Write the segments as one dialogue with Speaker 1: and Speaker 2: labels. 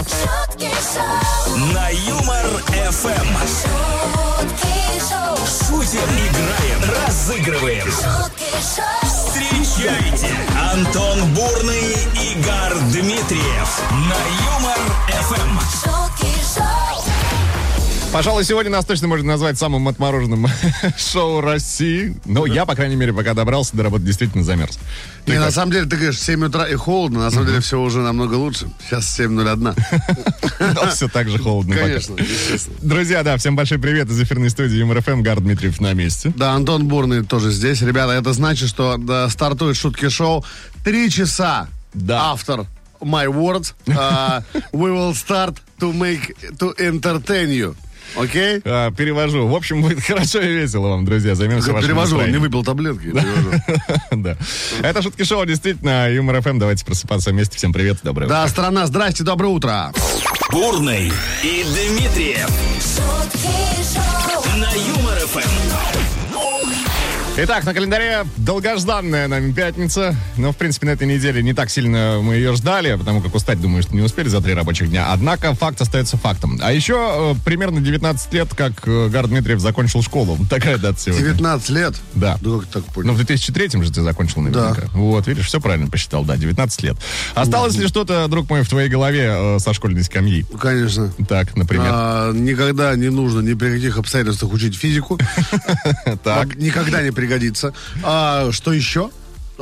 Speaker 1: Шутки шоу,
Speaker 2: На Юмор Эм. ФМ
Speaker 1: шутки шоу,
Speaker 2: шутим, играем, разыгрываем.
Speaker 1: шутки шоу,
Speaker 2: Встречайте Антон Бурный, Игорь Дмитриев на Юмор Эм. ФМ.
Speaker 1: шутки шоу,
Speaker 3: Пожалуй, сегодня нас точно можно назвать самым отмороженным шоу России. Но я, по крайней мере, пока добрался до работы, действительно замерз.
Speaker 4: Не, на самом деле, ты говоришь, 7 утра и холодно, на самом деле все уже намного лучше. Сейчас
Speaker 3: Ну,
Speaker 4: 7.01.
Speaker 3: Но все так же холодно. пока.
Speaker 4: Конечно, естественно.
Speaker 3: Друзья, да, всем большой привет из эфирной студии Юмор ФМ. Гар Дмитриев на месте.
Speaker 4: Да, Антон Бурный тоже здесь. Ребята, это значит, что да, стартует шутки шоу. Три часа.
Speaker 3: Да.
Speaker 4: Автор My Words. а, we will start to make, to entertain you. Окей?
Speaker 3: А, перевожу. В общем, будет хорошо и весело вам, друзья. Займемся вашим
Speaker 4: Перевожу, он не
Speaker 3: настроением.
Speaker 4: выпил таблетки. перевожу.
Speaker 3: Да. Это шутки шоу, действительно. Юмор ФМ. Давайте просыпаться вместе. Всем привет, доброе утро.
Speaker 4: Да, страна, здрасте, доброе утро.
Speaker 2: Бурный и Дмитриев
Speaker 1: шутки шоу,
Speaker 2: на Юмор Эм. ФМ.
Speaker 3: Итак, на календаре долгожданная нами пятница. Но, в принципе, на этой неделе не так сильно мы ее ждали, потому как устать, думаю, что не успели за три рабочих дня. Однако факт остается фактом. А еще э, примерно 19 лет, как э, Гар Дмитриев закончил школу. Такая дата сегодня.
Speaker 4: 19 лет.
Speaker 3: Да.
Speaker 4: Да как так понял?
Speaker 3: Ну, в 2003 же ты закончил наверняка.
Speaker 4: Да.
Speaker 3: Вот, видишь, все правильно посчитал, да, 19 лет. Осталось ли что-то, друг мой, в твоей голове э, со школьной скамьи?
Speaker 4: Ну, Конечно.
Speaker 3: Так, например.
Speaker 4: А, никогда не нужно ни при каких обстоятельствах учить физику.
Speaker 3: Так.
Speaker 4: Вам Никогда не пригодится. А, что еще?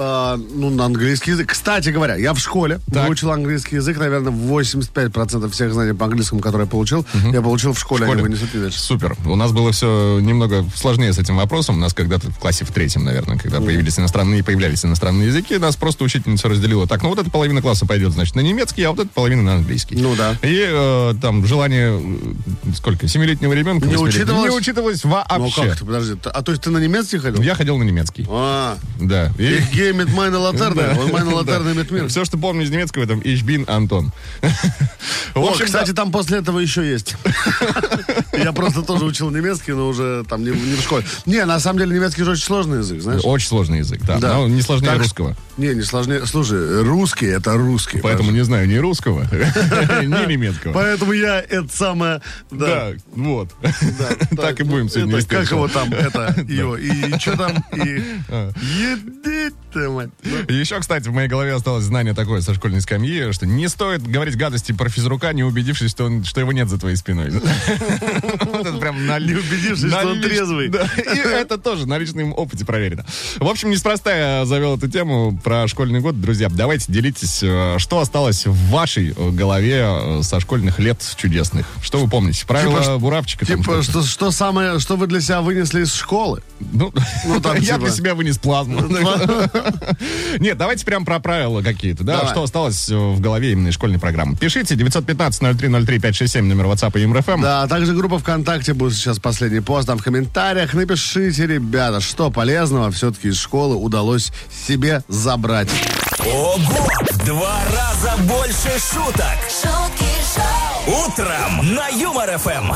Speaker 4: А, ну, на английский язык. Кстати говоря, я в школе
Speaker 3: Так.
Speaker 4: выучил английский язык. Наверное, 85% всех знаний по английскому, которые я получил, я получил в школе.
Speaker 3: школе.
Speaker 4: Они вынесли мне дальше.
Speaker 3: Супер. У нас было все немного сложнее с этим вопросом. У нас когда-то в классе в третьем, наверное, когда появились иностранные, появлялись иностранные языки, нас просто учительница разделила. Так, ну вот эта половина класса пойдет, значит, на немецкий, а вот эта половина на английский.
Speaker 4: Ну да.
Speaker 3: И э, там желание, э, сколько, семилетнего ребенка
Speaker 4: Не
Speaker 3: восьмилетнего,
Speaker 4: учитывалось?
Speaker 3: не учитывалось
Speaker 4: Ну
Speaker 3: вообще.
Speaker 4: как ты, подожди. т- А то есть ты на немецкий ходил?
Speaker 3: Я ходил на немецкий.
Speaker 4: А,
Speaker 3: Да. И-
Speaker 4: их геймит майна латерна. Он майна латерна имеет мир.
Speaker 3: Все, что помню из немецкого, там Ich bin Антон. В
Speaker 4: О,
Speaker 3: общем,
Speaker 4: кстати,
Speaker 3: да.
Speaker 4: там после этого еще есть. Я просто тоже учил немецкий, но уже там не, не в школе. Не, на самом деле немецкий же очень сложный язык, знаешь?
Speaker 3: Очень сложный язык, да.
Speaker 4: Да.
Speaker 3: Но не сложнее
Speaker 4: Так-
Speaker 3: русского.
Speaker 4: Не, не сложнее. Слушай, русский это русский.
Speaker 3: Поэтому не знаю ни русского, ни немецкого.
Speaker 4: Поэтому я это самое...
Speaker 3: Да,
Speaker 4: Да.
Speaker 3: вот.
Speaker 4: да,
Speaker 3: Так и будем
Speaker 4: это-
Speaker 3: сегодня вести
Speaker 4: Как
Speaker 3: шоу.
Speaker 4: его там, это, его, и что там, и...
Speaker 3: А.
Speaker 4: Еды ты, мать.
Speaker 3: Еще, кстати, в моей голове осталось знание такое со школьной скамьи, что не стоит говорить гадости про физрука, не убедившись, что, он, что его нет за твоей спиной. Вот это прям на ли-
Speaker 4: Не убедившись,
Speaker 3: на
Speaker 4: что он
Speaker 3: лич-
Speaker 4: трезвый.
Speaker 3: Да, И это тоже на личном опыте проверено. В общем, неспроста я завел эту тему про школьный год. Друзья, давайте делитесь, э, что осталось в вашей э, голове э, со школьных лет чудесных. Что вы помните? Правила
Speaker 4: Типа, ш-
Speaker 3: Буравчика? там
Speaker 4: Типа,
Speaker 3: что-то?
Speaker 4: что, что самое, что вы для себя вынесли из школы?
Speaker 3: Ну,
Speaker 4: Ну, там
Speaker 3: я
Speaker 4: типа- Ну,
Speaker 3: для себя вынес плазму. Нет, давайте прям про правила какие-то, да,
Speaker 4: Давай.
Speaker 3: что осталось э, в голове именно из школьной программы. Пишите 915-0303-567, номер WhatsApp и эм. МРФМ.
Speaker 4: Да, а также группа ВКонтакте будет сейчас последний пост. Там в комментариях напишите, ребята, что полезного все-таки из школы удалось себе забрать.
Speaker 2: Ого! Два раза больше шуток!
Speaker 1: шутки шоу,
Speaker 2: Утром на Юмор Эм. ФМ!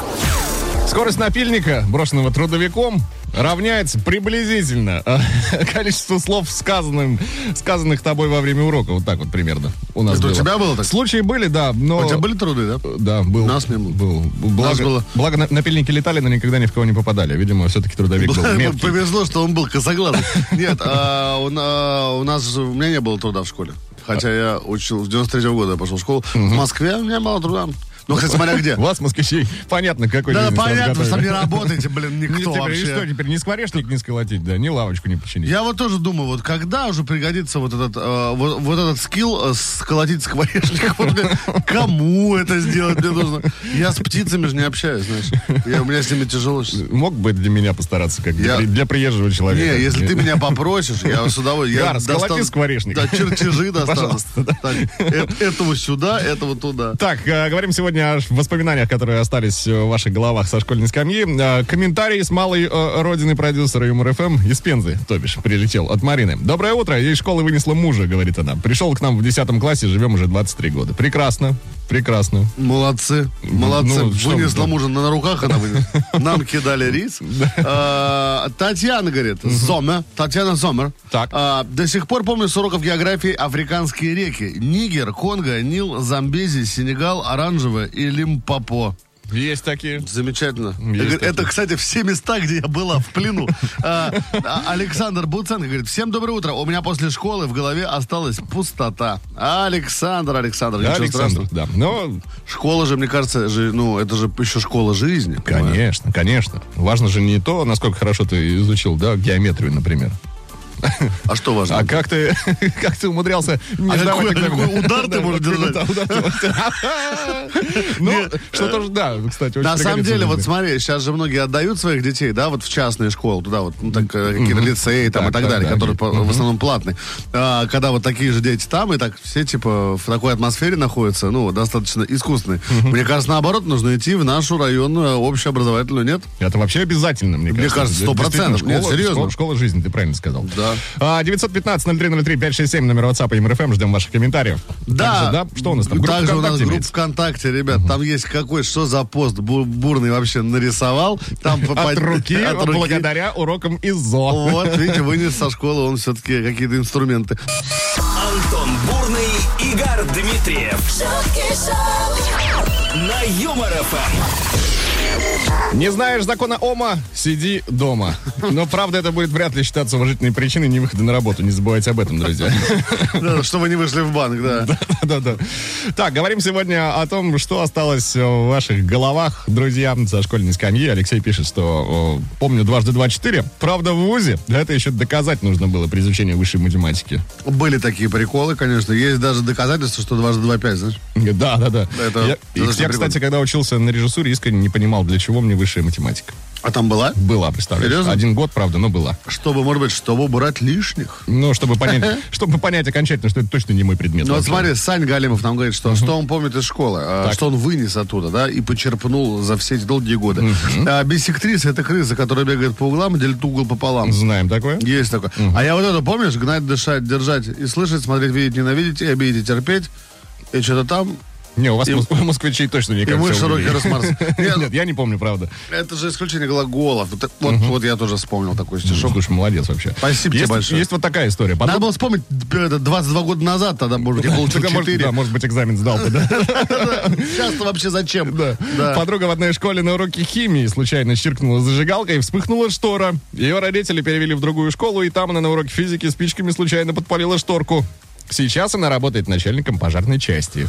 Speaker 3: Скорость напильника, брошенного трудовиком, равняется приблизительно э, количеству слов, сказанным, сказанных тобой во время урока. Вот так вот примерно у нас
Speaker 4: Это у
Speaker 3: было.
Speaker 4: тебя было так?
Speaker 3: Случаи были, да, но...
Speaker 4: У тебя были труды, да?
Speaker 3: Да, был.
Speaker 4: Нас не было.
Speaker 3: Был. Благо,
Speaker 4: было.
Speaker 3: благо на- напильники летали, но никогда ни в кого не попадали. Видимо, все-таки трудовик был
Speaker 4: Б-
Speaker 3: меткий.
Speaker 4: Повезло, что он был косоглазый. Нет, а, у на- у нас же- у меня не было труда в школе. Хотя я учил с 93 года, я пошел в школу. В Москве у меня мало труда. Ну, кстати, смотря где.
Speaker 3: Вас, москвичей, понятно, какой
Speaker 4: Да,
Speaker 3: бизнес
Speaker 4: понятно, вы
Speaker 3: разготовили.
Speaker 4: там не работаете, блин,
Speaker 3: Ну,
Speaker 4: никто
Speaker 3: теперь, и что
Speaker 4: вообще.
Speaker 3: теперь, не скворечник не сколотить, да, ни лавочку не починить.
Speaker 4: Я вот тоже думаю, вот когда уже пригодится вот этот, э, вот, вот этот скилл э, сколотить скворечник? Вот, блин, Кому это сделать мне нужно? Я с птицами же не общаюсь, знаешь. Я, у меня с ними тяжело. щас.
Speaker 3: Мог бы для меня постараться, как для
Speaker 4: Я-
Speaker 3: при- для приезжего
Speaker 4: Не,
Speaker 3: человека.
Speaker 4: если ты меня попросишь, я с удовольствием.
Speaker 3: Гар,
Speaker 4: Я
Speaker 3: сколоти
Speaker 4: достану-
Speaker 3: скворечник.
Speaker 4: Да, чертежи достану.
Speaker 3: Пожалуйста, да.
Speaker 4: Так, э- Этого сюда, этого туда.
Speaker 3: Так, э, говорим сегодня о ш- воспоминаниях, которые остались э, в ваших головах со школьной скамьи. Э, комментарий с малой э, родины продюсера Юмор ФМ из Пензы, то бишь, прилетел от Марины. Доброе утро, я из школы вынесла мужа, говорит она. Пришел к нам в 10 классе, живем уже 23 года. Прекрасно. Прекрасно.
Speaker 4: Молодцы, молодцы.
Speaker 3: Ну, что
Speaker 4: Вынесла
Speaker 3: вы, да.
Speaker 4: мужа на руках, она вынесла. Нам кидали рис. А, Татьяна говорит, Зомер, Татьяна Зомер.
Speaker 3: Так.
Speaker 4: А, До сих пор помню с уроков географии африканские реки. Нигер, Конго, Нил, Замбези, Сенегал, Оранжевая и Лимпопо.
Speaker 3: Есть такие.
Speaker 4: Замечательно. Я
Speaker 3: Есть
Speaker 4: говорю,
Speaker 3: такие.
Speaker 4: это, кстати, все места, где я была в плену. А, а, Александр Буценко говорит, всем доброе утро. У меня после школы в голове осталась пустота. Александр, Александр,
Speaker 3: Да,
Speaker 4: ничего страшного.
Speaker 3: Александр, да. Ну,
Speaker 4: Школа же, мне кажется, жи- ну, это же еще школа жизни. понимаешь?
Speaker 3: конечно, конечно. Важно же не то, насколько хорошо ты изучил, да, геометрию, например.
Speaker 4: А что важно?
Speaker 3: А как ты, как ты умудрялся не
Speaker 4: А
Speaker 3: сдавать
Speaker 4: какой-
Speaker 3: экзамен?
Speaker 4: какой удар ты
Speaker 3: Да,
Speaker 4: можешь
Speaker 3: какой
Speaker 4: держать?
Speaker 3: удар ты можешь держать? Ну, что тоже, да, кстати. очень
Speaker 4: На самом
Speaker 3: пригодится
Speaker 4: деле,
Speaker 3: в
Speaker 4: вот
Speaker 3: жизни.
Speaker 4: смотри, сейчас же многие отдают своих детей, да, вот в частные школы, туда вот, ну, так, э, какие-то лицеи там
Speaker 3: Так,
Speaker 4: и так,
Speaker 3: так,
Speaker 4: далее,
Speaker 3: так,
Speaker 4: которые
Speaker 3: и-
Speaker 4: по- в основном платные. А, когда вот такие же дети там, и так все, типа, в такой атмосфере находятся, ну, достаточно искусственные. Мне кажется, наоборот, нужно идти в нашу районную общеобразовательную, нет?
Speaker 3: Это вообще обязательно, мне кажется.
Speaker 4: кажется,
Speaker 3: Это
Speaker 4: 100%.
Speaker 3: действительно
Speaker 4: Нет,
Speaker 3: школа-
Speaker 4: серьезно.
Speaker 3: Школа, школа жизни, ты правильно сказал.
Speaker 4: Да.
Speaker 3: А, 915-0303-567, номер WhatsApp и МРФМ, ждем ваших комментариев. Также, да? Что у нас там? Группа
Speaker 4: Также у нас
Speaker 3: ВКонтакте
Speaker 4: группа
Speaker 3: имеется?
Speaker 4: ВКонтакте, ребят. Там есть какой, что за пост бур- бурный вообще нарисовал. Там по-
Speaker 3: От
Speaker 4: по-
Speaker 3: руки,
Speaker 4: от руки.
Speaker 3: благодаря урокам ИЗО.
Speaker 4: Вот, видите, вынес со школы он все-таки какие-то инструменты.
Speaker 2: Антон Бурный, Игорь Дмитриев
Speaker 1: шутки шоу,
Speaker 2: на Юмор Эм. ФМ.
Speaker 3: Не знаешь закона ОМА, сиди дома. Но, правда, это будет вряд ли считаться уважительной причиной невыхода на работу. Не забывайте об этом, друзья.
Speaker 4: Да, Чтобы не вышли в банк, да.
Speaker 3: Да-да. Так, говорим сегодня о том, что осталось э, в ваших головах, друзья, со школьной скамьи. Алексей пишет, что э, помню дважды два четыре. Правда, в ВУЗе. Это еще доказать нужно было при изучении высшей математики.
Speaker 4: Были такие приколы, конечно. Есть даже доказательства, что дважды два пять, знаешь?
Speaker 3: Да-да-да.
Speaker 4: Это-
Speaker 3: Я,
Speaker 4: это
Speaker 3: и
Speaker 4: очень
Speaker 3: я,
Speaker 4: прикольно.
Speaker 3: кстати, когда учился на режиссуре, искренне не понимал, для чего мне высшая математика.
Speaker 4: А там была?
Speaker 3: Была, представляешь?
Speaker 4: Серьезно?
Speaker 3: Один год, правда, но была.
Speaker 4: Чтобы, может быть, чтобы убрать лишних.
Speaker 3: Ну, чтобы понять, чтобы понять окончательно, что это точно не мой предмет.
Speaker 4: Ну вот
Speaker 3: вообще.
Speaker 4: смотри, Сань Галимов нам говорит, что, что он помнит из школы, а, что он вынес оттуда, да, и почерпнул за все эти долгие годы. А, бисектриса — это крыса, которая бегает по углам и делит угол пополам.
Speaker 3: Знаем такое.
Speaker 4: Есть такое. А я вот это, помнишь, гнать, дышать, держать и слышать, смотреть, видеть, ненавидеть, и обидеть, и терпеть, и что-то там,
Speaker 3: Не, у вас
Speaker 4: И-
Speaker 3: мос- москвичей точно не
Speaker 4: и мой широкий размарс. Нет,
Speaker 3: Нет, я не помню, правда.
Speaker 4: Это же исключение глаголов. Вот, вот- вот я тоже вспомнил такой стишок.
Speaker 3: Слушай, молодец вообще.
Speaker 4: Спасибо тебе
Speaker 3: Есть-
Speaker 4: большое.
Speaker 3: Есть вот такая история. Потом-
Speaker 4: Надо было вспомнить э, это 22 года назад, тогда, может быть, я получил
Speaker 3: Только, может,
Speaker 4: 4.
Speaker 3: да, может быть, экзамен сдал бы, да?
Speaker 4: Сейчас-то вообще зачем?
Speaker 3: Да.
Speaker 4: Да.
Speaker 3: Подруга в одной школе на уроке химии случайно чиркнула зажигалкой и вспыхнула штора. Ее родители перевели в другую школу, и там она на уроке физики спичками случайно подпалила шторку. Сейчас она работает начальником пожарной части.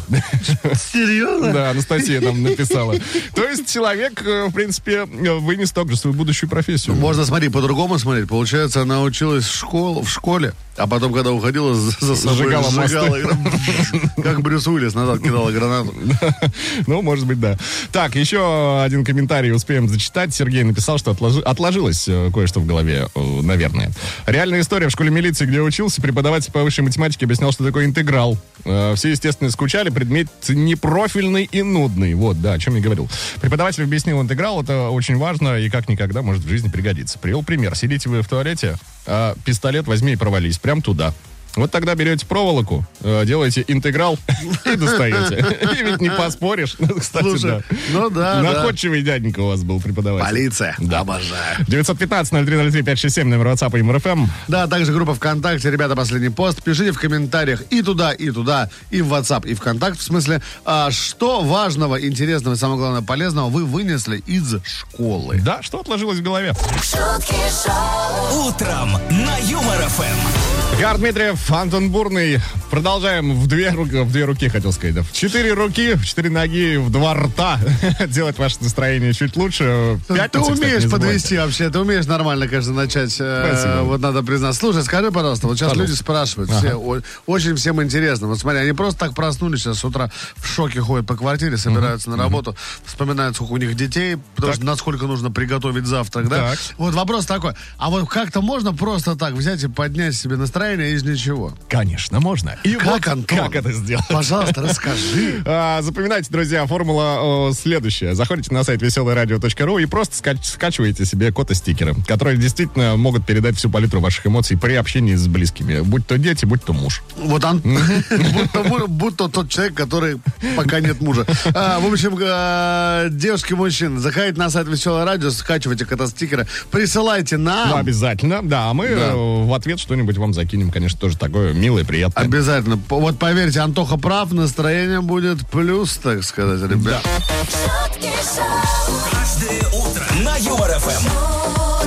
Speaker 4: Серьезно?
Speaker 3: Да, Анастасия нам написала. То есть человек, э, в принципе, э, вынес также свою будущую профессию.
Speaker 4: Можно, смотри, по-другому смотреть. Получается, она училась в, школ- в школе, а потом, когда уходила, за, за собой
Speaker 3: Сжигала мосты.
Speaker 4: сжигала, и там, как Брюс Уиллис назад кидала гранату.
Speaker 3: Ну, может быть, да. Так, еще один комментарий успеем зачитать. Сергей написал, что отложи- отложилось э, кое-что в голове, э, наверное. Реальная история. В школе милиции, где учился, преподаватель по высшей математике объяснял, что такое интеграл. Э, Все, естественно, скучали. Предмет непрофильный и нудный. Вот, да, о чем я говорил. Преподаватель объяснил интеграл. Это очень важно и как никогда может в жизни пригодиться. Привел пример. Сидите вы в туалете, а пистолет возьми и провались прям туда. Вот тогда берете проволоку, э, делаете интеграл и достаете. И ведь не поспоришь. Кстати,
Speaker 4: Слушай,
Speaker 3: да.
Speaker 4: ну да, да.
Speaker 3: Находчивый дяденька у вас был преподаватель.
Speaker 4: Полиция.
Speaker 3: Да.
Speaker 4: Обожаю.
Speaker 3: 915-0303-567, номер WhatsApp и эм. МРФМ.
Speaker 4: Да, а также группа ВКонтакте. Ребята, последний пост. Пишите в комментариях и туда, и туда, и в WhatsApp, и ВКонтакт. В смысле, а, что важного, интересного и, самое главное, полезного вы вынесли из школы?
Speaker 3: Да, что отложилось в голове?
Speaker 1: шутки шоу,
Speaker 2: Утром на Юмор Эм. ФМ.
Speaker 3: Гар Дмитриев, Антон Бурный. Продолжаем в две, руки, в две руки, хотел сказать. Да. В четыре руки, в четыре ноги, в два рта. Делать ваше настроение чуть лучше.
Speaker 4: ты
Speaker 3: Пятница, кстати, не
Speaker 4: умеешь
Speaker 3: забывайте.
Speaker 4: подвести вообще, ты умеешь нормально, конечно, начать. э,
Speaker 3: Спасибо.
Speaker 4: вот надо признать. Слушай, скажи, пожалуйста, вот сейчас
Speaker 3: Пожалуйста.
Speaker 4: люди спрашивают, все, о- очень всем интересно. Вот смотри, они просто так проснулись сейчас с утра, в шоке ходят по квартире, собираются на работу, вспоминают, сколько у них детей, потому что насколько нужно приготовить завтрак, да?
Speaker 3: Так.
Speaker 4: Вот вопрос такой, а вот как-то можно просто так взять и поднять себе настроение из ничего.
Speaker 3: Конечно, можно. И
Speaker 4: Как,
Speaker 3: вот
Speaker 4: Антон?
Speaker 3: Как это сделать?
Speaker 4: Пожалуйста, расскажи.
Speaker 3: А, запоминайте, друзья, формула о, следующая. Заходите на сайт веселорадио.ру и просто скач- скачивайте себе кота-стикеры, которые действительно могут передать всю палитру ваших эмоций при общении с близкими. Будь то дети, будь то муж.
Speaker 4: Вот он, будто, бу- будто тот человек, который пока нет мужа. А, в общем, э, девушки, мужчины, заходите на сайт Веселое Радио, скачивайте кота-стикеры, присылайте
Speaker 3: Ну,
Speaker 4: нам.
Speaker 3: обязательно, да. А мы
Speaker 4: Да.
Speaker 3: э, в ответ что-нибудь вам закинем, конечно, тоже такое милое, приятное.
Speaker 4: Обязательно. П- Вот поверьте, Антоха прав, настроение будет плюс, так сказать, ребят.
Speaker 1: шутки шоу,
Speaker 2: Каждое утро на Юмор Эм. ФМ.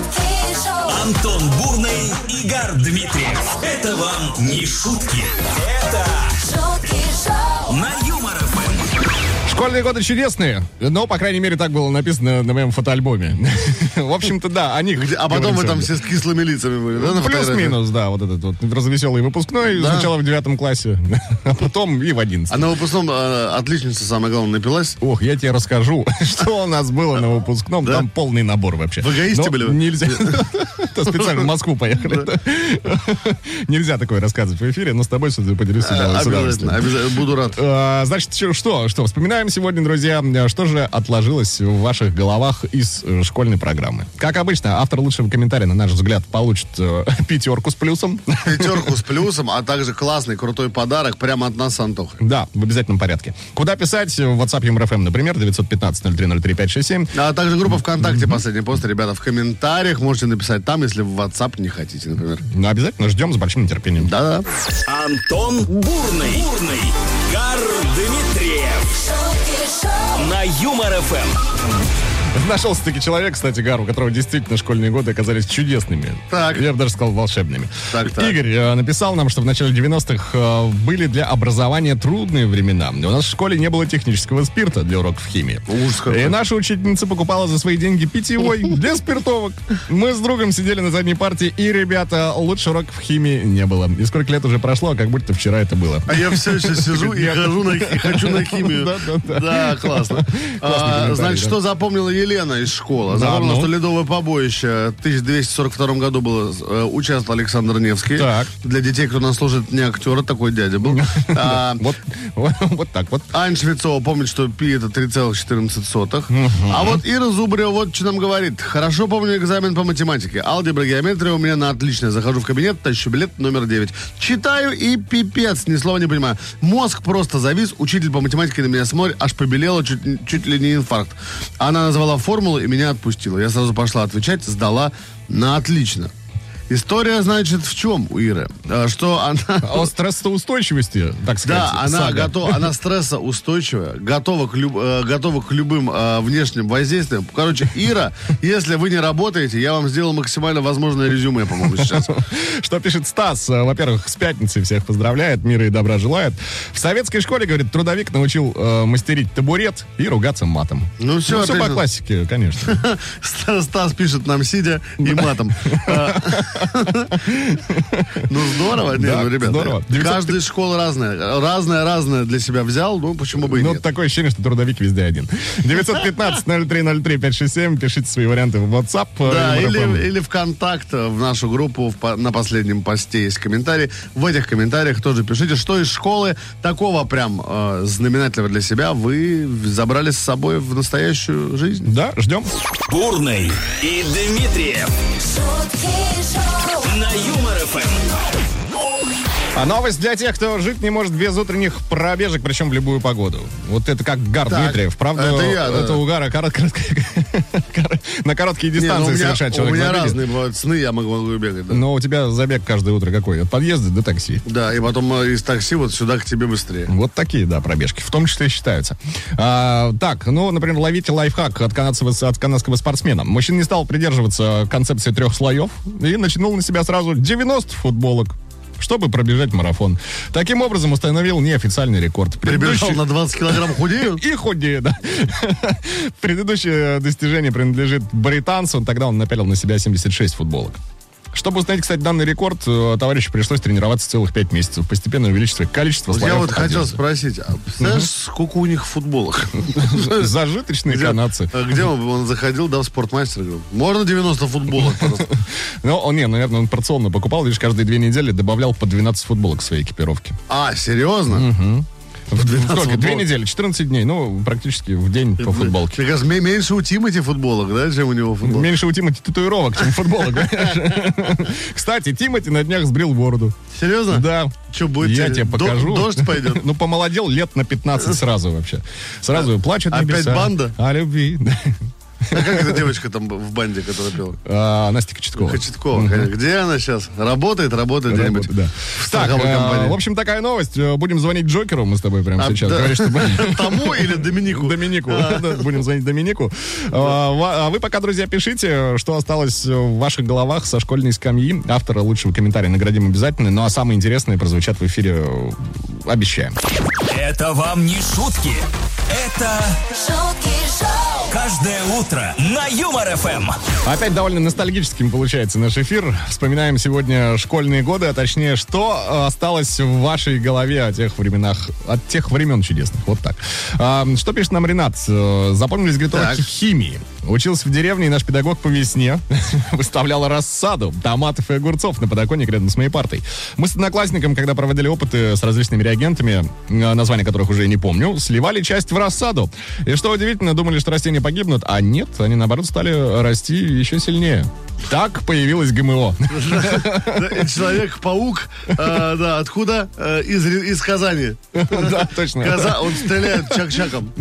Speaker 1: шутки шоу,
Speaker 2: Антон Бурный, Игорь Дмитриев. Это вам не шутки. Это
Speaker 1: шутки шоу,
Speaker 2: на Юмор ФМ.
Speaker 3: Школьные годы чудесные, но, по крайней мере, так было написано на моем фотоальбоме. В общем-то, да, о них.
Speaker 4: Где- А потом
Speaker 3: говорим
Speaker 4: вы там
Speaker 3: сегодня.
Speaker 4: все с кислыми лицами были, да, на фотографиях?
Speaker 3: Ну, Плюс-минус, да, вот этот вот развеселый выпускной
Speaker 4: Да.
Speaker 3: сначала в девятом классе, а потом и в
Speaker 4: А
Speaker 3: одиннадцатом.
Speaker 4: на выпускном э, отличница, самое главное, напилась.
Speaker 3: Ох, я тебе расскажу, что у нас было на выпускном.
Speaker 4: Да?
Speaker 3: Там полный набор вообще.
Speaker 4: В эгоисте
Speaker 3: Но
Speaker 4: были вы?
Speaker 3: Нельзя. Это специально в Москву поехали. Нельзя такое рассказывать в эфире, но с тобой сегодня поделюсь с удов- с
Speaker 4: Э, Обязательно,
Speaker 3: удовольствием.
Speaker 4: обязательно, буду рад.
Speaker 3: А, Значит, чё- что, что, вспоминаем сегодня, друзья, а, что же отложилось в ваших головах из э, школьной программы. Как обычно, автор лучшего комментария, на наш взгляд, получит э, пятерку с плюсом.
Speaker 4: Пятерку с плюсом, а также классный, крутой подарок прямо от нас, Антоха.
Speaker 3: Да, в обязательном порядке. Куда писать? В WhatsApp ЮМРФМ, например, 915-0303-567.
Speaker 4: А также группа ВКонтакте «Последний пост». Ребята, в комментариях можете написать там, если в WhatsApp не хотите, например.
Speaker 3: Ну, обязательно ждем с большим нетерпением.
Speaker 4: Да-да.
Speaker 2: Антон Бурный, Бурный, Игорь Дмитриев
Speaker 1: шутки шоу,
Speaker 2: на Юмор ФМ.
Speaker 3: Нашелся-таки человек, кстати, Гар, у которого действительно школьные годы оказались чудесными.
Speaker 4: Так.
Speaker 3: Я бы даже сказал, волшебными.
Speaker 4: Так, так.
Speaker 3: Игорь э, написал нам, что в начале 90-х э, были для образования трудные времена. У нас в школе не было технического спирта для уроков химии.
Speaker 4: Ужас какой.
Speaker 3: И наша учительница покупала за свои деньги питьевой для спиртовок. Мы с другом сидели на задней партии, и, ребята, лучше уроков химии не было. И сколько лет уже прошло, а как будто вчера это было.
Speaker 4: А я все еще сижу и хожу на, и хочу на химию.
Speaker 3: Да, да, да.
Speaker 4: Да, классно. А,
Speaker 3: комментарий,
Speaker 4: Значит,
Speaker 3: да.
Speaker 4: что запомнила Елена из школы?
Speaker 3: Да,
Speaker 4: Запомнила,
Speaker 3: ну.
Speaker 4: что ледовое побоище в 1242 году было. э, Участвовал Александр Невский.
Speaker 3: Так.
Speaker 4: Для детей, кто нас служит, не актера, такой дядя был. А,
Speaker 3: Вот, вот, вот так вот.
Speaker 4: Ань Швецова помнит, что пи это 3,14. А вот Ира Зубрева вот что нам говорит. Хорошо помню экзамен по математике. Алгебра, геометрия у меня на отлично. Захожу в кабинет, тащу билет номер 9. Читаю и пипец, ни слова не понимаю. Мозг просто завис, учитель по математике на меня смотрит, аж побелела, чуть, чуть ли не инфаркт. Она назвала формулу и меня отпустила. Я сразу пошла отвечать, сдала на отлично. История, значит, в чем у Иры? Э, Что она...
Speaker 3: О А стрессоустойчивости, так сказать.
Speaker 4: Да, она
Speaker 3: сага.
Speaker 4: готова, она стрессоустойчивая, готова к, люб- э, готова к любым э, внешним воздействиям. Короче, Ира, если вы не работаете, я вам сделал максимально возможное резюме, по-моему, сейчас.
Speaker 3: Что пишет Стас? Э, Во-первых, с пятницей всех поздравляет, мира и добра желает. В советской школе, говорит, трудовик научил э, мастерить табурет и ругаться матом.
Speaker 4: Ну, всё,
Speaker 3: все по
Speaker 4: отлично.
Speaker 3: классике, конечно.
Speaker 4: Ста- Стас пишет нам сидя и матом. Э, Ну, здорово, не,
Speaker 3: Да,
Speaker 4: ну, ребята.
Speaker 3: здорово.
Speaker 4: Каждая школа разная. Разная-разная для себя взял, ну, почему бы и
Speaker 3: Ну,
Speaker 4: нет.
Speaker 3: такое ощущение, что трудовик везде один. 915-0303-567. Пишите свои варианты в WhatsApp. э,
Speaker 4: Да,
Speaker 3: Юмор
Speaker 4: или,
Speaker 3: FM.
Speaker 4: или ВКонтакт, э, в нашу группу в по- на последнем посте есть комментарий. В этих комментариях тоже пишите, что из школы такого прям э, знаменательного для себя вы в- забрали с собой в настоящую жизнь.
Speaker 3: Да, ждем.
Speaker 2: Бурный и Дмитриев
Speaker 1: шутки шоу,
Speaker 2: на Юмор ФМ.
Speaker 3: А новость для тех, кто жить не может без утренних пробежек, причем в любую погоду. Вот это как Гар
Speaker 4: Так,
Speaker 3: Дмитриев. Правда,
Speaker 4: это я, да.
Speaker 3: это у Гара корот- корот- на короткие
Speaker 4: Не, ну,
Speaker 3: дистанции
Speaker 4: у меня,
Speaker 3: совершать человек.
Speaker 4: у меня
Speaker 3: забеги.
Speaker 4: разные бывают сны, я могу, могу бегать. Да.
Speaker 3: Но у тебя забег каждое утро какой? От подъезда до такси.
Speaker 4: Да, и потом э, из такси вот сюда к тебе быстрее.
Speaker 3: Вот такие, да, пробежки. В том числе считаются. А, так, ну, например, ловите лайфхак от канадского, от канадского спортсмена. Мужчина не стал придерживаться концепции трех слоев и натянул на себя сразу 90 футболок чтобы пробежать марафон. Таким образом установил неофициальный рекорд.
Speaker 4: Прибежал
Speaker 3: Предыдущий-
Speaker 4: на 20 килограмм худею.
Speaker 3: и худее, да. Предыдущее достижение принадлежит британцу. Тогда он напялил на себя 76 футболок. Чтобы установить, кстати, данный рекорд, э, товарищу пришлось тренироваться целых 5 месяцев, постепенно увеличивая количество
Speaker 4: Вот я
Speaker 3: слоев
Speaker 4: вот хотел
Speaker 3: одежды.
Speaker 4: спросить, а представляешь, сколько у них в футболах?
Speaker 3: Зажиточные
Speaker 4: Где-
Speaker 3: канадцы.
Speaker 4: а Где он он заходил, да, в спортмастер, говорю, можно 90 футболок? пожалуйста?»
Speaker 3: Но Ну, он, не, наверное, он порционно покупал, видишь, каждые две недели добавлял по 12 футболок к своей экипировке.
Speaker 4: А, серьезно?
Speaker 3: В
Speaker 4: 12
Speaker 3: Сколько? Две
Speaker 4: футболок.
Speaker 3: недели, 14 дней, ну, практически в день по футболке.
Speaker 4: Мне кажется, ме- а меньше у Тимати футболок, да, чем у него футболок.
Speaker 3: Меньше у Тимати татуировок, чем футболок. понимаешь? Кстати, Тимати на днях сбрил бороду.
Speaker 4: Серьезно?
Speaker 3: Да.
Speaker 4: Что будет?
Speaker 3: Я тебе
Speaker 4: До-
Speaker 3: покажу.
Speaker 4: Дождь пойдет.
Speaker 3: Ну, помолодел лет на 15 сразу вообще. Сразу плачет
Speaker 4: Опять
Speaker 3: небеса.
Speaker 4: банда?
Speaker 3: О любви.
Speaker 4: А как эта девочка там в банде, которая пела?
Speaker 3: А, Настя Кочеткова.
Speaker 4: Кочеткова, конечно. Где она сейчас? Работает, работает
Speaker 3: Работа,
Speaker 4: где-нибудь.
Speaker 3: да.
Speaker 4: В
Speaker 3: Так,
Speaker 4: страховой
Speaker 3: э,
Speaker 4: компании.
Speaker 3: в общем, такая новость. Э, Будем звонить Джокеру мы с тобой прямо
Speaker 4: А,
Speaker 3: сейчас.
Speaker 4: да.
Speaker 3: Говоришь, чтобы-
Speaker 4: Тому или Доминику?
Speaker 3: Доминику. А, Да, Будем звонить Доминику. А, ва- а вы пока, друзья, пишите, что осталось в ваших головах со школьной скамьи. Автора лучшего комментария наградим обязательно. Ну а самые интересные прозвучат в эфире. э, Обещаем.
Speaker 2: Это вам не шутки. Это
Speaker 1: шутки шоу,
Speaker 2: каждое утро на Юмор ФМ.
Speaker 3: Опять довольно ностальгическим получается наш эфир. Вспоминаем сегодня школьные годы, а точнее, что осталось в вашей голове о тех временах, от тех времен чудесных. Вот так. А, Что пишет нам Ренат? Э, Запомнились говорит, уроки
Speaker 4: Так.
Speaker 3: химии. Учился в деревне, и наш педагог по весне выставлял рассаду томатов и огурцов на подоконник рядом с моей партой. Мы с одноклассником, когда проводили опыты с различными реагентами, э, названия которых уже и не помню, сливали часть в рассаду. И что удивительно, думали, что растения погибнут, а нет, они наоборот стали расти еще сильнее. Так появилось ГМО.
Speaker 4: Да, и Человек-паук, э, да, откуда? Э, Из Ри- из Казани.
Speaker 3: Да, точно.
Speaker 4: Коза, он стреляет чак-чаком.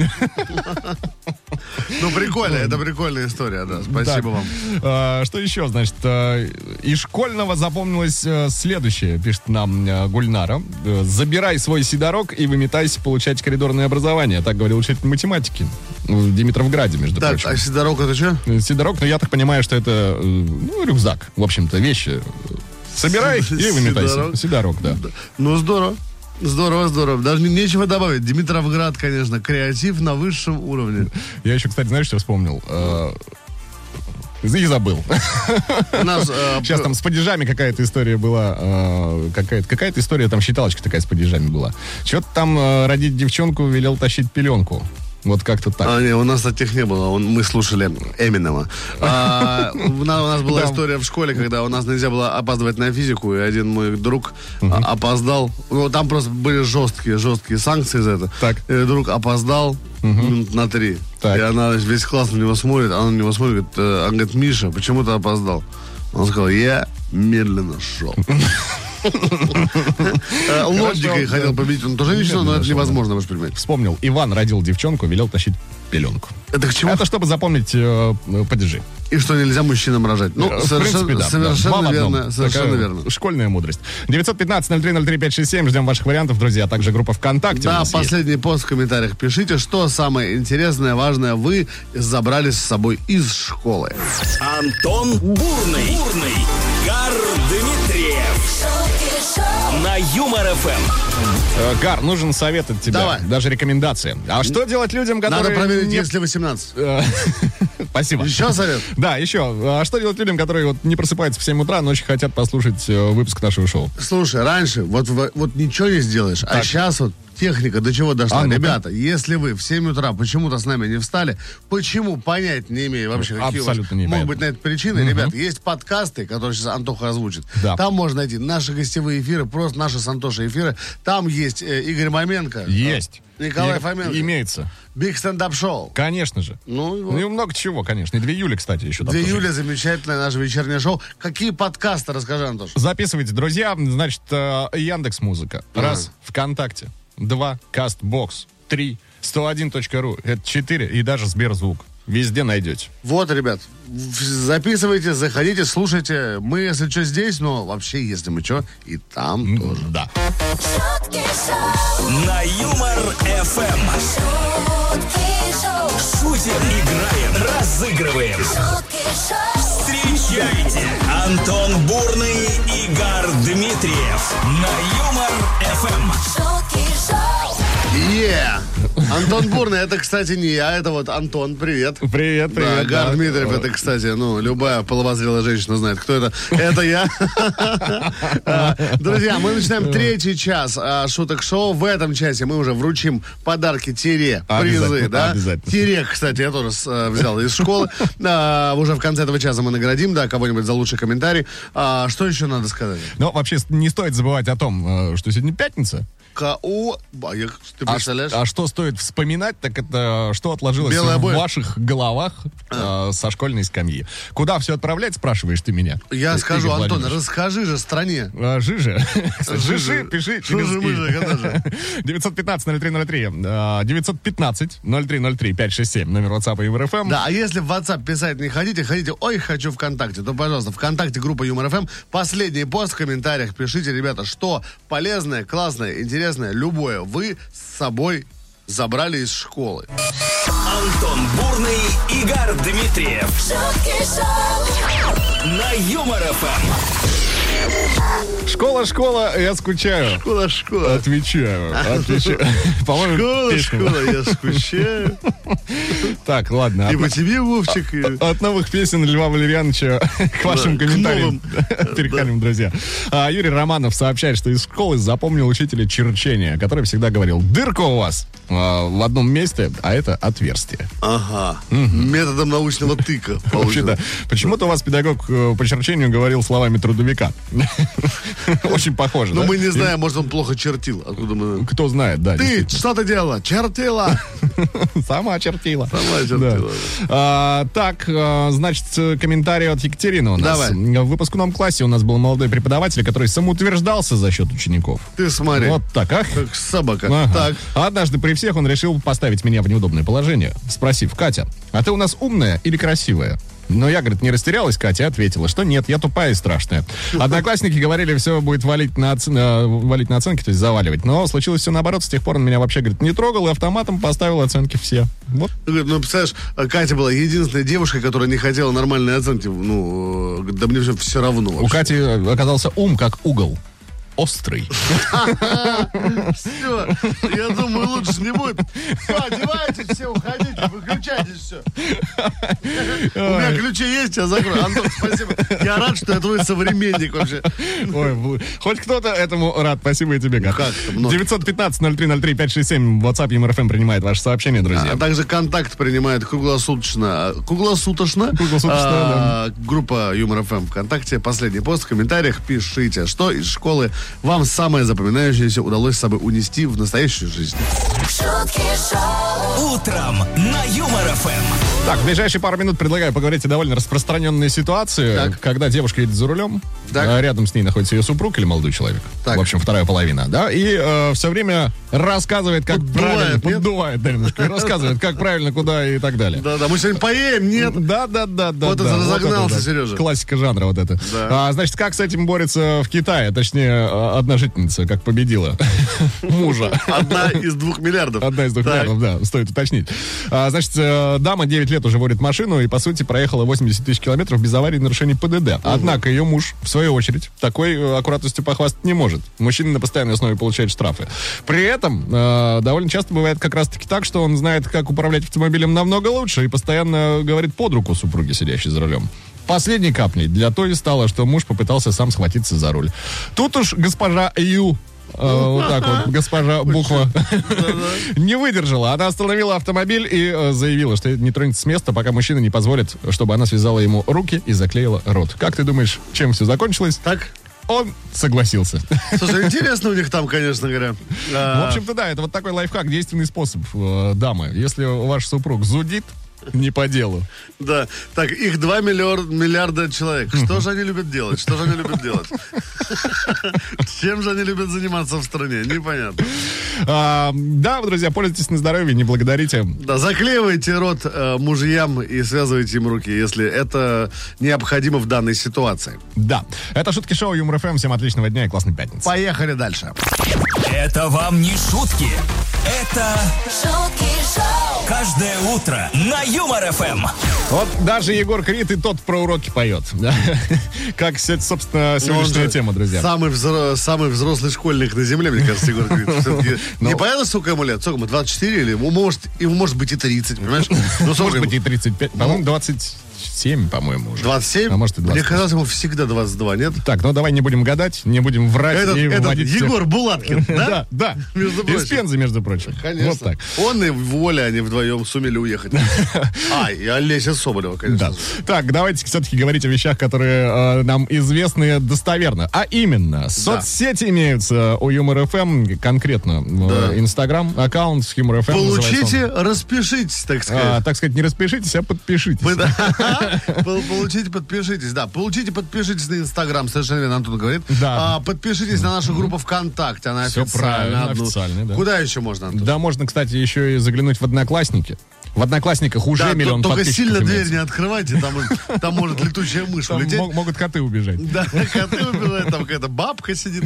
Speaker 4: Ну, прикольно, это прикольная история, да. Спасибо вам.
Speaker 3: Э, Что еще, значит, э, из школьного запомнилось э, следующее, пишет нам э, Гульнара. Э, Забирай свой сидорок и выметайся получать коридорное образование. Так говорил учитель математики в Димитровграде, между
Speaker 4: Так,
Speaker 3: прочим.
Speaker 4: а Сидорок это что?
Speaker 3: Э, Сидорок, но я так понимаю, что это э, ну, рюкзак, в общем-то, вещи. Собирай и выметайся.
Speaker 4: Сидорок.
Speaker 3: Сидорок, да.
Speaker 4: Ну, здорово. Здорово, здорово. Даже не- нечего добавить. Димитровград, конечно, креатив на высшем уровне.
Speaker 3: Я еще, кстати, знаешь, что вспомнил? Э, И забыл.
Speaker 4: У нас, э,
Speaker 3: Сейчас там с падежами какая-то история была. э, какая-то, какая-то история, там считалочка такая с падежами была. Что-то там э, родить девчонку велел тащить пеленку. Вот как-то так.
Speaker 4: А, не, у нас таких не было. Он- мы слушали Эминема. А, у, на- у нас была
Speaker 3: Да.
Speaker 4: история в школе, когда у нас нельзя было опаздывать на физику, и один мой друг а, опоздал. Ну, там просто были жесткие, жесткие санкции за это.
Speaker 3: Так.
Speaker 4: И друг опоздал минут на три.
Speaker 3: Так.
Speaker 4: И она весь класс на него смотрит, она на него смотрит, говорит, э, она говорит, Миша, почему ты опоздал? Он сказал, я медленно шел. Э, Логикой
Speaker 3: Хорошо,
Speaker 4: хотел
Speaker 3: да.
Speaker 4: победить, он тоже ничего,
Speaker 3: Медленно
Speaker 4: но это
Speaker 3: шел, да.
Speaker 4: невозможно, вы же понимаете.
Speaker 3: Вспомнил. Иван родил девчонку, велел тащить пеленку.
Speaker 4: Это к чему?
Speaker 3: Это чтобы запомнить э, э, падежи.
Speaker 4: И что нельзя мужчинам рожать. Ну,
Speaker 3: Э, в
Speaker 4: совершенно,
Speaker 3: принципе, да, да.
Speaker 4: совершенно
Speaker 3: Два в одном.
Speaker 4: верно. Совершенно
Speaker 3: Такая
Speaker 4: верно.
Speaker 3: Школьная мудрость. 915-0303-567. Ждем ваших вариантов, друзья. А также группа ВКонтакте. у
Speaker 4: Да,
Speaker 3: нас есть.
Speaker 4: последний пост в комментариях. Пишите, что самое интересное, важное вы забрали с собой из школы.
Speaker 2: Антон Бурный. Бурный. Гар Дмитриев.
Speaker 1: шутки шоу,
Speaker 2: На Юмор ФМ.
Speaker 3: Э, Гар, нужен совет от тебя.
Speaker 4: Давай.
Speaker 3: Даже рекомендации. А что делать людям, которые...
Speaker 4: Надо проверить,
Speaker 3: не-
Speaker 4: если 18.
Speaker 3: Э, Спасибо.
Speaker 4: Еще совет?
Speaker 3: Да, еще. А что делать людям, которые вот не просыпаются в 7 утра, но очень хотят послушать э, выпуск нашего шоу?
Speaker 4: Слушай, раньше вот, в- вот ничего не сделаешь, а сейчас вот техника до чего дошла.
Speaker 3: А, ну-ка.
Speaker 4: Ребята, если вы в 7 утра почему-то с нами не встали, почему, понять не имею вообще, какие у вас
Speaker 3: Абсолютно непонятно.
Speaker 4: могут быть на это причины. Ребят, есть подкасты, которые сейчас Антоха озвучит.
Speaker 3: Да.
Speaker 4: Там можно найти наши гостевые эфиры, просто наши с Антошей эфиры. Там есть э, Игорь Маменко.
Speaker 3: Есть.
Speaker 4: э, Николай
Speaker 3: И-
Speaker 4: Фоменко.
Speaker 3: Имеется.
Speaker 4: Биг стендап шоу.
Speaker 3: Конечно же.
Speaker 4: Ну, и вот.
Speaker 3: Ну и много чего, конечно. И 2 июля, кстати, еще там
Speaker 4: 2
Speaker 3: тоже.
Speaker 4: июля замечательное наше вечернее шоу. Какие подкасты, расскажи, Антош.
Speaker 3: Записывайте, друзья. Значит, Яндекс Музыка. Раз. ВКонтакте. Два. Кастбокс. Три. 101.ру. Это четыре. И даже Сберзвук. Везде найдете.
Speaker 4: Вот, ребят, в- записывайте, заходите, слушайте. Мы, если что, здесь, но вообще, если мы что, и там тоже.
Speaker 3: Да.
Speaker 1: шутки шоу,
Speaker 2: На Юмор ФМ.
Speaker 1: шутки шоу,
Speaker 2: Шутим, играем, разыгрываем.
Speaker 1: шутки шоу,
Speaker 2: Встречайте Антон Бурный и Гар Эм. Дмитриев на Юмор ФМ.
Speaker 1: шутки шоу,
Speaker 4: Е! Антон Бурный, это, кстати, не я, это вот Антон, привет.
Speaker 3: Привет,
Speaker 4: Да,
Speaker 3: привет.
Speaker 4: Гар
Speaker 3: да.
Speaker 4: Дмитриев, это, кстати, ну, любая половозрелая женщина знает, кто это. Это я. А, Друзья, мы начинаем третий час а, шуток-шоу. В этом часе мы уже вручим подарки тире,
Speaker 3: Обязательно,
Speaker 4: призы, да?
Speaker 3: обязательно.
Speaker 4: Тире, кстати, я тоже с, э, взял из школы. А, Уже в конце этого часа мы наградим, да, кого-нибудь за лучший комментарий. А, Что еще надо сказать?
Speaker 3: Но вообще не стоит забывать о том, э, что сегодня пятница.
Speaker 4: КУ... Ба, я- Ты
Speaker 3: А,
Speaker 4: представляешь?
Speaker 3: а что стоит вспоминать, так это что отложилось
Speaker 4: Белые
Speaker 3: в
Speaker 4: обои.
Speaker 3: ваших головах э, со школьной скамьи. Куда все отправлять, спрашиваешь ты меня?
Speaker 4: Я
Speaker 3: Игорь
Speaker 4: скажу, Антон,
Speaker 3: Владимирович.
Speaker 4: расскажи же стране.
Speaker 3: А, Жижи. Кстати, Жижи,
Speaker 4: Жижи.
Speaker 3: пиши
Speaker 4: Что
Speaker 3: через
Speaker 4: же мы же, когда же?
Speaker 3: 915-0303. а, 915-0303-567. Номер WhatsApp и эм. МРФМ.
Speaker 4: Да, а если в WhatsApp писать не хотите, хотите, ой, хочу ВКонтакте, то, пожалуйста, ВКонтакте группа Юмор ФМ. Последний пост в комментариях пишите, ребята, что полезное, классное, интересное, любое вы с собой забрали из школы.
Speaker 2: Антон Бурный, Игорь Дмитриев
Speaker 1: шутки шоу,
Speaker 2: на Юмор Эм. ФМ.
Speaker 3: Школа, школа, я скучаю.
Speaker 4: Школа, школа.
Speaker 3: Отвечаю, отвечаю. По-моему,
Speaker 4: Школа,
Speaker 3: песня.
Speaker 4: школа, я скучаю.
Speaker 3: Так, ладно.
Speaker 4: И
Speaker 3: от-
Speaker 4: по тебе, Вовчик. и-
Speaker 3: От новых песен Льва Валерьяновича к вашим
Speaker 4: к
Speaker 3: комментариям
Speaker 4: новым.
Speaker 3: переходим, друзья. А, Юрий Романов сообщает, что из школы запомнил учителя черчения, который всегда говорил, дырка у вас а, в одном месте, а это отверстие.
Speaker 4: Ага. Методом научного тыка.
Speaker 3: Вообще,
Speaker 4: получено.
Speaker 3: да. Почему-то у вас педагог э, по черчению говорил словами трудовика. Очень похоже,
Speaker 4: Но
Speaker 3: да?
Speaker 4: Ну, мы не
Speaker 3: И
Speaker 4: знаем, может, он плохо чертил. Откуда мы...
Speaker 3: Кто знает, да.
Speaker 4: Ты что ты делала? Чертила!
Speaker 3: Сама чертила.
Speaker 4: Сама чертила,
Speaker 3: Да. А, так, а, значит, э, комментарий от Екатерины у нас.
Speaker 4: Давай.
Speaker 3: В выпускном классе у нас был молодой преподаватель, который самоутверждался за счет учеников.
Speaker 4: Ты смотри.
Speaker 3: Вот так, ах.
Speaker 4: Как собака.
Speaker 3: Ага.
Speaker 4: Так.
Speaker 3: А Однажды при всех он решил поставить меня в неудобное положение, спросив, Катя, а ты у нас умная или красивая? Но я, говорит, не растерялась, Катя ответила, что нет, я тупая и страшная. Одноклассники говорили, все будет валить на, оцен- э, валить на оценки, то есть заваливать. Но случилось все наоборот, с тех пор он меня вообще, говорит, не трогал и автоматом поставил оценки все. Вот
Speaker 4: Ну, ну, представляешь, Катя была единственной девушкой, которая не хотела нормальной оценки. Ну, э, говорит, да мне все, все равно.
Speaker 3: У Кати э, оказался ум как угол. Острый.
Speaker 4: Все, я думаю, лучше не будет. Все, одевайтесь, все, уходите, выключайтесь все. У меня ключи есть, я закрою. Антон, спасибо. Я рад, что я твой современник вообще.
Speaker 3: Ой, бл- хоть кто-то этому рад. Спасибо и тебе, Гар.
Speaker 4: Как это много.
Speaker 3: 915-0303-567. WhatsApp ЮморФМ принимает ваши сообщения, друзья.
Speaker 4: А также контакт принимает круглосуточно. Круглосуточно?
Speaker 3: Круглосуточно,
Speaker 4: а, Группа Юмор ФМ ВКонтакте. Последний пост в комментариях. Пишите, что из школы вам самое запоминающееся удалось с собой унести в настоящую жизнь.
Speaker 1: шутки шоу,
Speaker 2: Утром на Юмор Эм. ФМ.
Speaker 3: Так, в ближайшие пару минут предлагаю поговорить о довольно распространенной ситуации,
Speaker 4: Так.
Speaker 3: когда девушка едет за рулем,
Speaker 4: Так.
Speaker 3: а рядом с ней находится ее супруг или молодой человек.
Speaker 4: Так.
Speaker 3: В общем, вторая половина, да, и все время рассказывает, как
Speaker 4: Поддувает,
Speaker 3: правильно...
Speaker 4: нет?
Speaker 3: Поддувает, да, немножко. И рассказывает, как правильно, куда и так далее.
Speaker 4: Да-да, мы сегодня поем, нет?
Speaker 3: Да, да, да, да.
Speaker 4: Вот
Speaker 3: да,
Speaker 4: это разогнался,
Speaker 3: это да.
Speaker 4: Сережа.
Speaker 3: Классика жанра вот это.
Speaker 4: Да.
Speaker 3: А, значит, как с этим борется в Китае, точнее, а, одна жительница, как победила мужа.
Speaker 4: Одна из двух миллиардов.
Speaker 3: Одна из двух
Speaker 4: Так.
Speaker 3: вариантов, да, стоит уточнить. А, значит, э, дама 9 лет уже водит машину и, по сути, проехала 80 тысяч километров без аварий и нарушений ПДД. Однако ее муж, в свою очередь, такой э, аккуратностью похвастать не может. Мужчина на постоянной основе получает штрафы. При этом э, довольно часто бывает как раз-таки так, что он знает, как управлять автомобилем намного лучше и постоянно говорит под руку супруге, сидящей за рулем. Последней каплей для той стало, что муж попытался сам схватиться за руль. Тут уж госпожа Ю, э,
Speaker 4: Ну,
Speaker 3: вот так вот, госпожа буква не выдержала. Она остановила автомобиль и э, заявила, что не тронется с места, пока мужчина не позволит, чтобы она связала ему руки и заклеила рот. Как ты думаешь, чем все закончилось?
Speaker 4: Так.
Speaker 3: Он согласился.
Speaker 4: Слушай, интересно у них там, конечно говоря. А,
Speaker 3: В общем-то, да, это вот такой лайфхак, действенный способ, э, дамы. Если ваш супруг зудит, не по делу.
Speaker 4: Да. Так, их 2 миллиарда человек. Что же они любят делать? Что же они любят делать? Чем же они любят заниматься в стране? Непонятно.
Speaker 3: А, да, друзья, пользуйтесь на здоровье, не благодарите.
Speaker 4: Да, заклеивайте рот э, мужьям и связывайте им руки, если это необходимо в данной ситуации.
Speaker 3: Да. Это шутки шоу Юмор ФМ. Всем отличного дня и классной пятницы.
Speaker 4: Поехали дальше.
Speaker 2: Это вам не шутки. Это
Speaker 1: шутки шоу.
Speaker 2: каждое утро. утро на Юмор Эм. ФМ.
Speaker 3: Вот даже Егор Крид и тот про уроки поет. да. Как, собственно,
Speaker 4: Ну, он
Speaker 3: сегодняшняя
Speaker 4: же
Speaker 3: тема, друзья.
Speaker 4: Самый, взро- самый взрослый школьник на земле, мне кажется, Егор Крид. Всё-таки
Speaker 3: Ну.
Speaker 4: Непонятно, сколько ему лет. Сколько ему, 24 или? ему Может, ему может быть и 30, понимаешь? Ну, сколько
Speaker 3: Может
Speaker 4: ему?
Speaker 3: быть, и 35,
Speaker 4: Ну.
Speaker 3: по-моему, 27, по-моему, уже.
Speaker 4: 27?
Speaker 3: А может, и 20.
Speaker 4: Мне казалось, ему всегда 22, нет?
Speaker 3: Так, ну давай не будем гадать, не будем врать
Speaker 4: Этот,
Speaker 3: и
Speaker 4: этот
Speaker 3: вводить всех.
Speaker 4: Егор Булаткин, да?
Speaker 3: Да, да.
Speaker 4: Между прочим.
Speaker 3: Из Пензы, между прочим.
Speaker 4: Конечно.
Speaker 3: Вот так.
Speaker 4: Он и Воля, они вдвоем сумели уехать. А, и Олеся Соболева, конечно.
Speaker 3: Да.
Speaker 4: же.
Speaker 3: Так, давайте все-таки говорить о вещах, которые э, нам известны достоверно. А именно, соцсети имеются у Юмор ФМ, конкретно э, Инстаграм, аккаунт с Юмор ФМ. называется
Speaker 4: Получите,
Speaker 3: он.
Speaker 4: распишитесь, так
Speaker 3: А,
Speaker 4: сказать.
Speaker 3: так сказать, не распишитесь, а подпишитесь.
Speaker 4: Вы- да. Пол- Получите, подпишитесь, да. Получите, подпишитесь на Инстаграм, совершенно верно, Антон говорит.
Speaker 3: Да.
Speaker 4: А, Подпишитесь на нашу группу ВКонтакте, она
Speaker 3: Всё правильно,
Speaker 4: официальная. одну.
Speaker 3: официальная, да.
Speaker 4: Куда еще можно, Антон?
Speaker 3: Да, можно, кстати, еще и заглянуть в Одноклассники. В Одноклассниках уже
Speaker 4: Да, то-
Speaker 3: миллион
Speaker 4: только
Speaker 3: подписчиков
Speaker 4: сильно
Speaker 3: имеется.
Speaker 4: дверь не открывайте, там, там может летучая мышь
Speaker 3: Там
Speaker 4: улететь.
Speaker 3: мог- могут коты убежать.
Speaker 4: Да, коты убивают, там какая-то бабка сидит.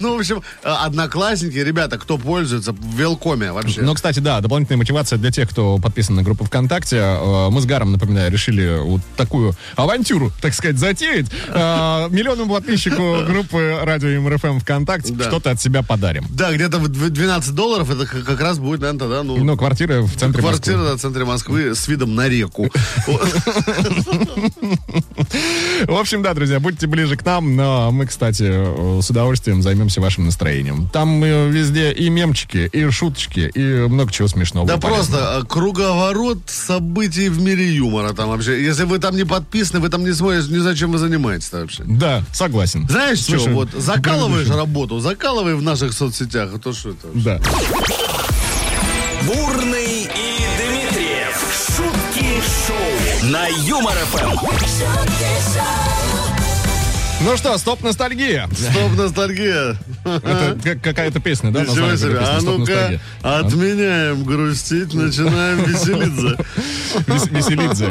Speaker 4: Ну, в общем, э, одноклассники, ребята, кто пользуется, велкоме вообще.
Speaker 3: Но, кстати, да, дополнительная мотивация для тех, кто подписан на группу ВКонтакте. Э, Мы с Гаром, напоминаю, решили вот такую авантюру, так сказать, затеять. Э, Миллионному подписчику группы Радио МРФМ ВКонтакте
Speaker 4: Да.
Speaker 3: что-то от себя подарим.
Speaker 4: Да, где-то в дв- 12 долларов, это как как раз будет, наверное, тогда, ну,
Speaker 3: Ну, квартира в центре
Speaker 4: квартира
Speaker 3: Москвы.
Speaker 4: да, в центре Москвы с видом на реку. Вот.
Speaker 3: В общем, да, друзья, будьте ближе к нам, но мы, кстати, э, с удовольствием займемся вашим настроением. Там э, везде и мемчики, и шуточки, и много чего смешного.
Speaker 4: Да
Speaker 3: и полезного.
Speaker 4: просто э, круговорот событий в мире юмора там вообще. Если вы там не подписаны, вы там не смотрите, не знаю, чем вы занимаетесь вообще.
Speaker 3: Да, согласен.
Speaker 4: Знаешь что,
Speaker 3: Слушай,
Speaker 4: вот закалываешь работу, закалывай в наших соцсетях, а то что это?
Speaker 3: Да.
Speaker 2: Бурный и Дмитриев. Шутки шоу на Юмор Эм. ФМ.
Speaker 1: шутки шоу,
Speaker 3: Ну что, стоп ностальгия.
Speaker 4: Стоп, ностальгия.
Speaker 3: Это как- какая-то песня, да?
Speaker 4: Ничего
Speaker 3: название
Speaker 4: себе.
Speaker 3: какой-то
Speaker 4: А
Speaker 3: песни, «Стоп,
Speaker 4: ну-ка,
Speaker 3: ностальгия».
Speaker 4: отменяем грустить, начинаем веселиться.
Speaker 3: Вес- Веселидзе.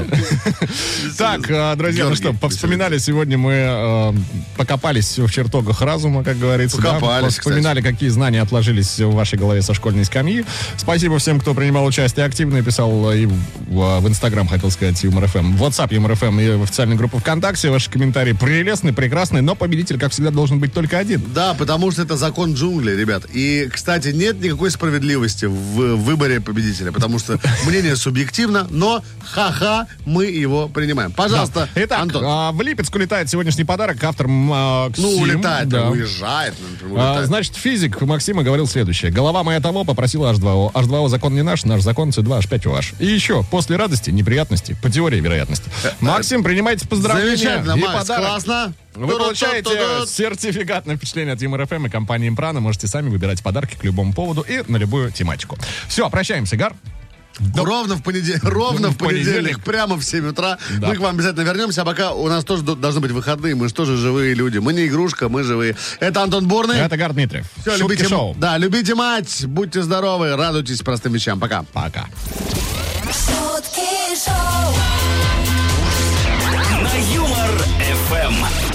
Speaker 3: Так, э, друзья, ну
Speaker 4: Георгий
Speaker 3: что, повспоминали сегодня мы, э, покопались в чертогах разума, как говорится. да?
Speaker 4: Покопались,
Speaker 3: Вспоминали, какие знания отложились в вашей голове со школьной скамьи. Спасибо всем, кто принимал участие активно и писал э, и в в Инстаграм, хотел сказать, Юмор ФМ, в WhatsApp Юмор ФМ и в официальную группу ВКонтакте. Ваши комментарии прелестны, прекрасны, но победитель, как всегда, должен быть только один.
Speaker 4: Да, потому что это закон джунглей, ребят. И, кстати, нет никакой справедливости в выборе победителя, потому что мнение субъективно, но ха-ха, мы его принимаем. Пожалуйста,
Speaker 3: Итак,
Speaker 4: Антон.
Speaker 3: а, в Липецк улетает сегодняшний подарок автором а,
Speaker 4: Ну,
Speaker 3: Ксим,
Speaker 4: улетает,
Speaker 3: да.
Speaker 4: уезжает, ну, например,
Speaker 3: А,
Speaker 4: улетает.
Speaker 3: значит, физик Максима говорил следующее. Голова моя того попросила H2O. H2O закон не наш, наш закон C2, H5 ваш. И еще, после радости, неприятности, по теории вероятности. Максим, принимайте поздравления
Speaker 4: Э, Замечательно,
Speaker 3: и
Speaker 4: Макс,
Speaker 3: подарок.
Speaker 4: классно.
Speaker 3: Вы получаете
Speaker 4: Ту-ту-ту-ту.
Speaker 3: сертификат на впечатление от Юмор ФМ и компании Импрана. Можете сами выбирать подарки к любому поводу и на любую тематику. Все, прощаемся, Гар.
Speaker 4: Ровно в понедельник, ровно в
Speaker 3: В понедельник.
Speaker 4: понедельник, прямо в 7 утра.
Speaker 3: Да.
Speaker 4: Мы к вам обязательно вернемся, а пока у нас тоже до- должны быть выходные, мы же тоже живые люди. Мы не игрушка, мы живые. Это Антон Бурный.
Speaker 3: Это Гар Дмитриев.
Speaker 4: Всё,
Speaker 3: Шутки
Speaker 4: любите,
Speaker 3: шоу.
Speaker 4: Да, любите мать, будьте здоровы, радуйтесь простым вещам. Пока.
Speaker 3: Пока.
Speaker 1: шутки шоу.
Speaker 2: На Юмор ФМ.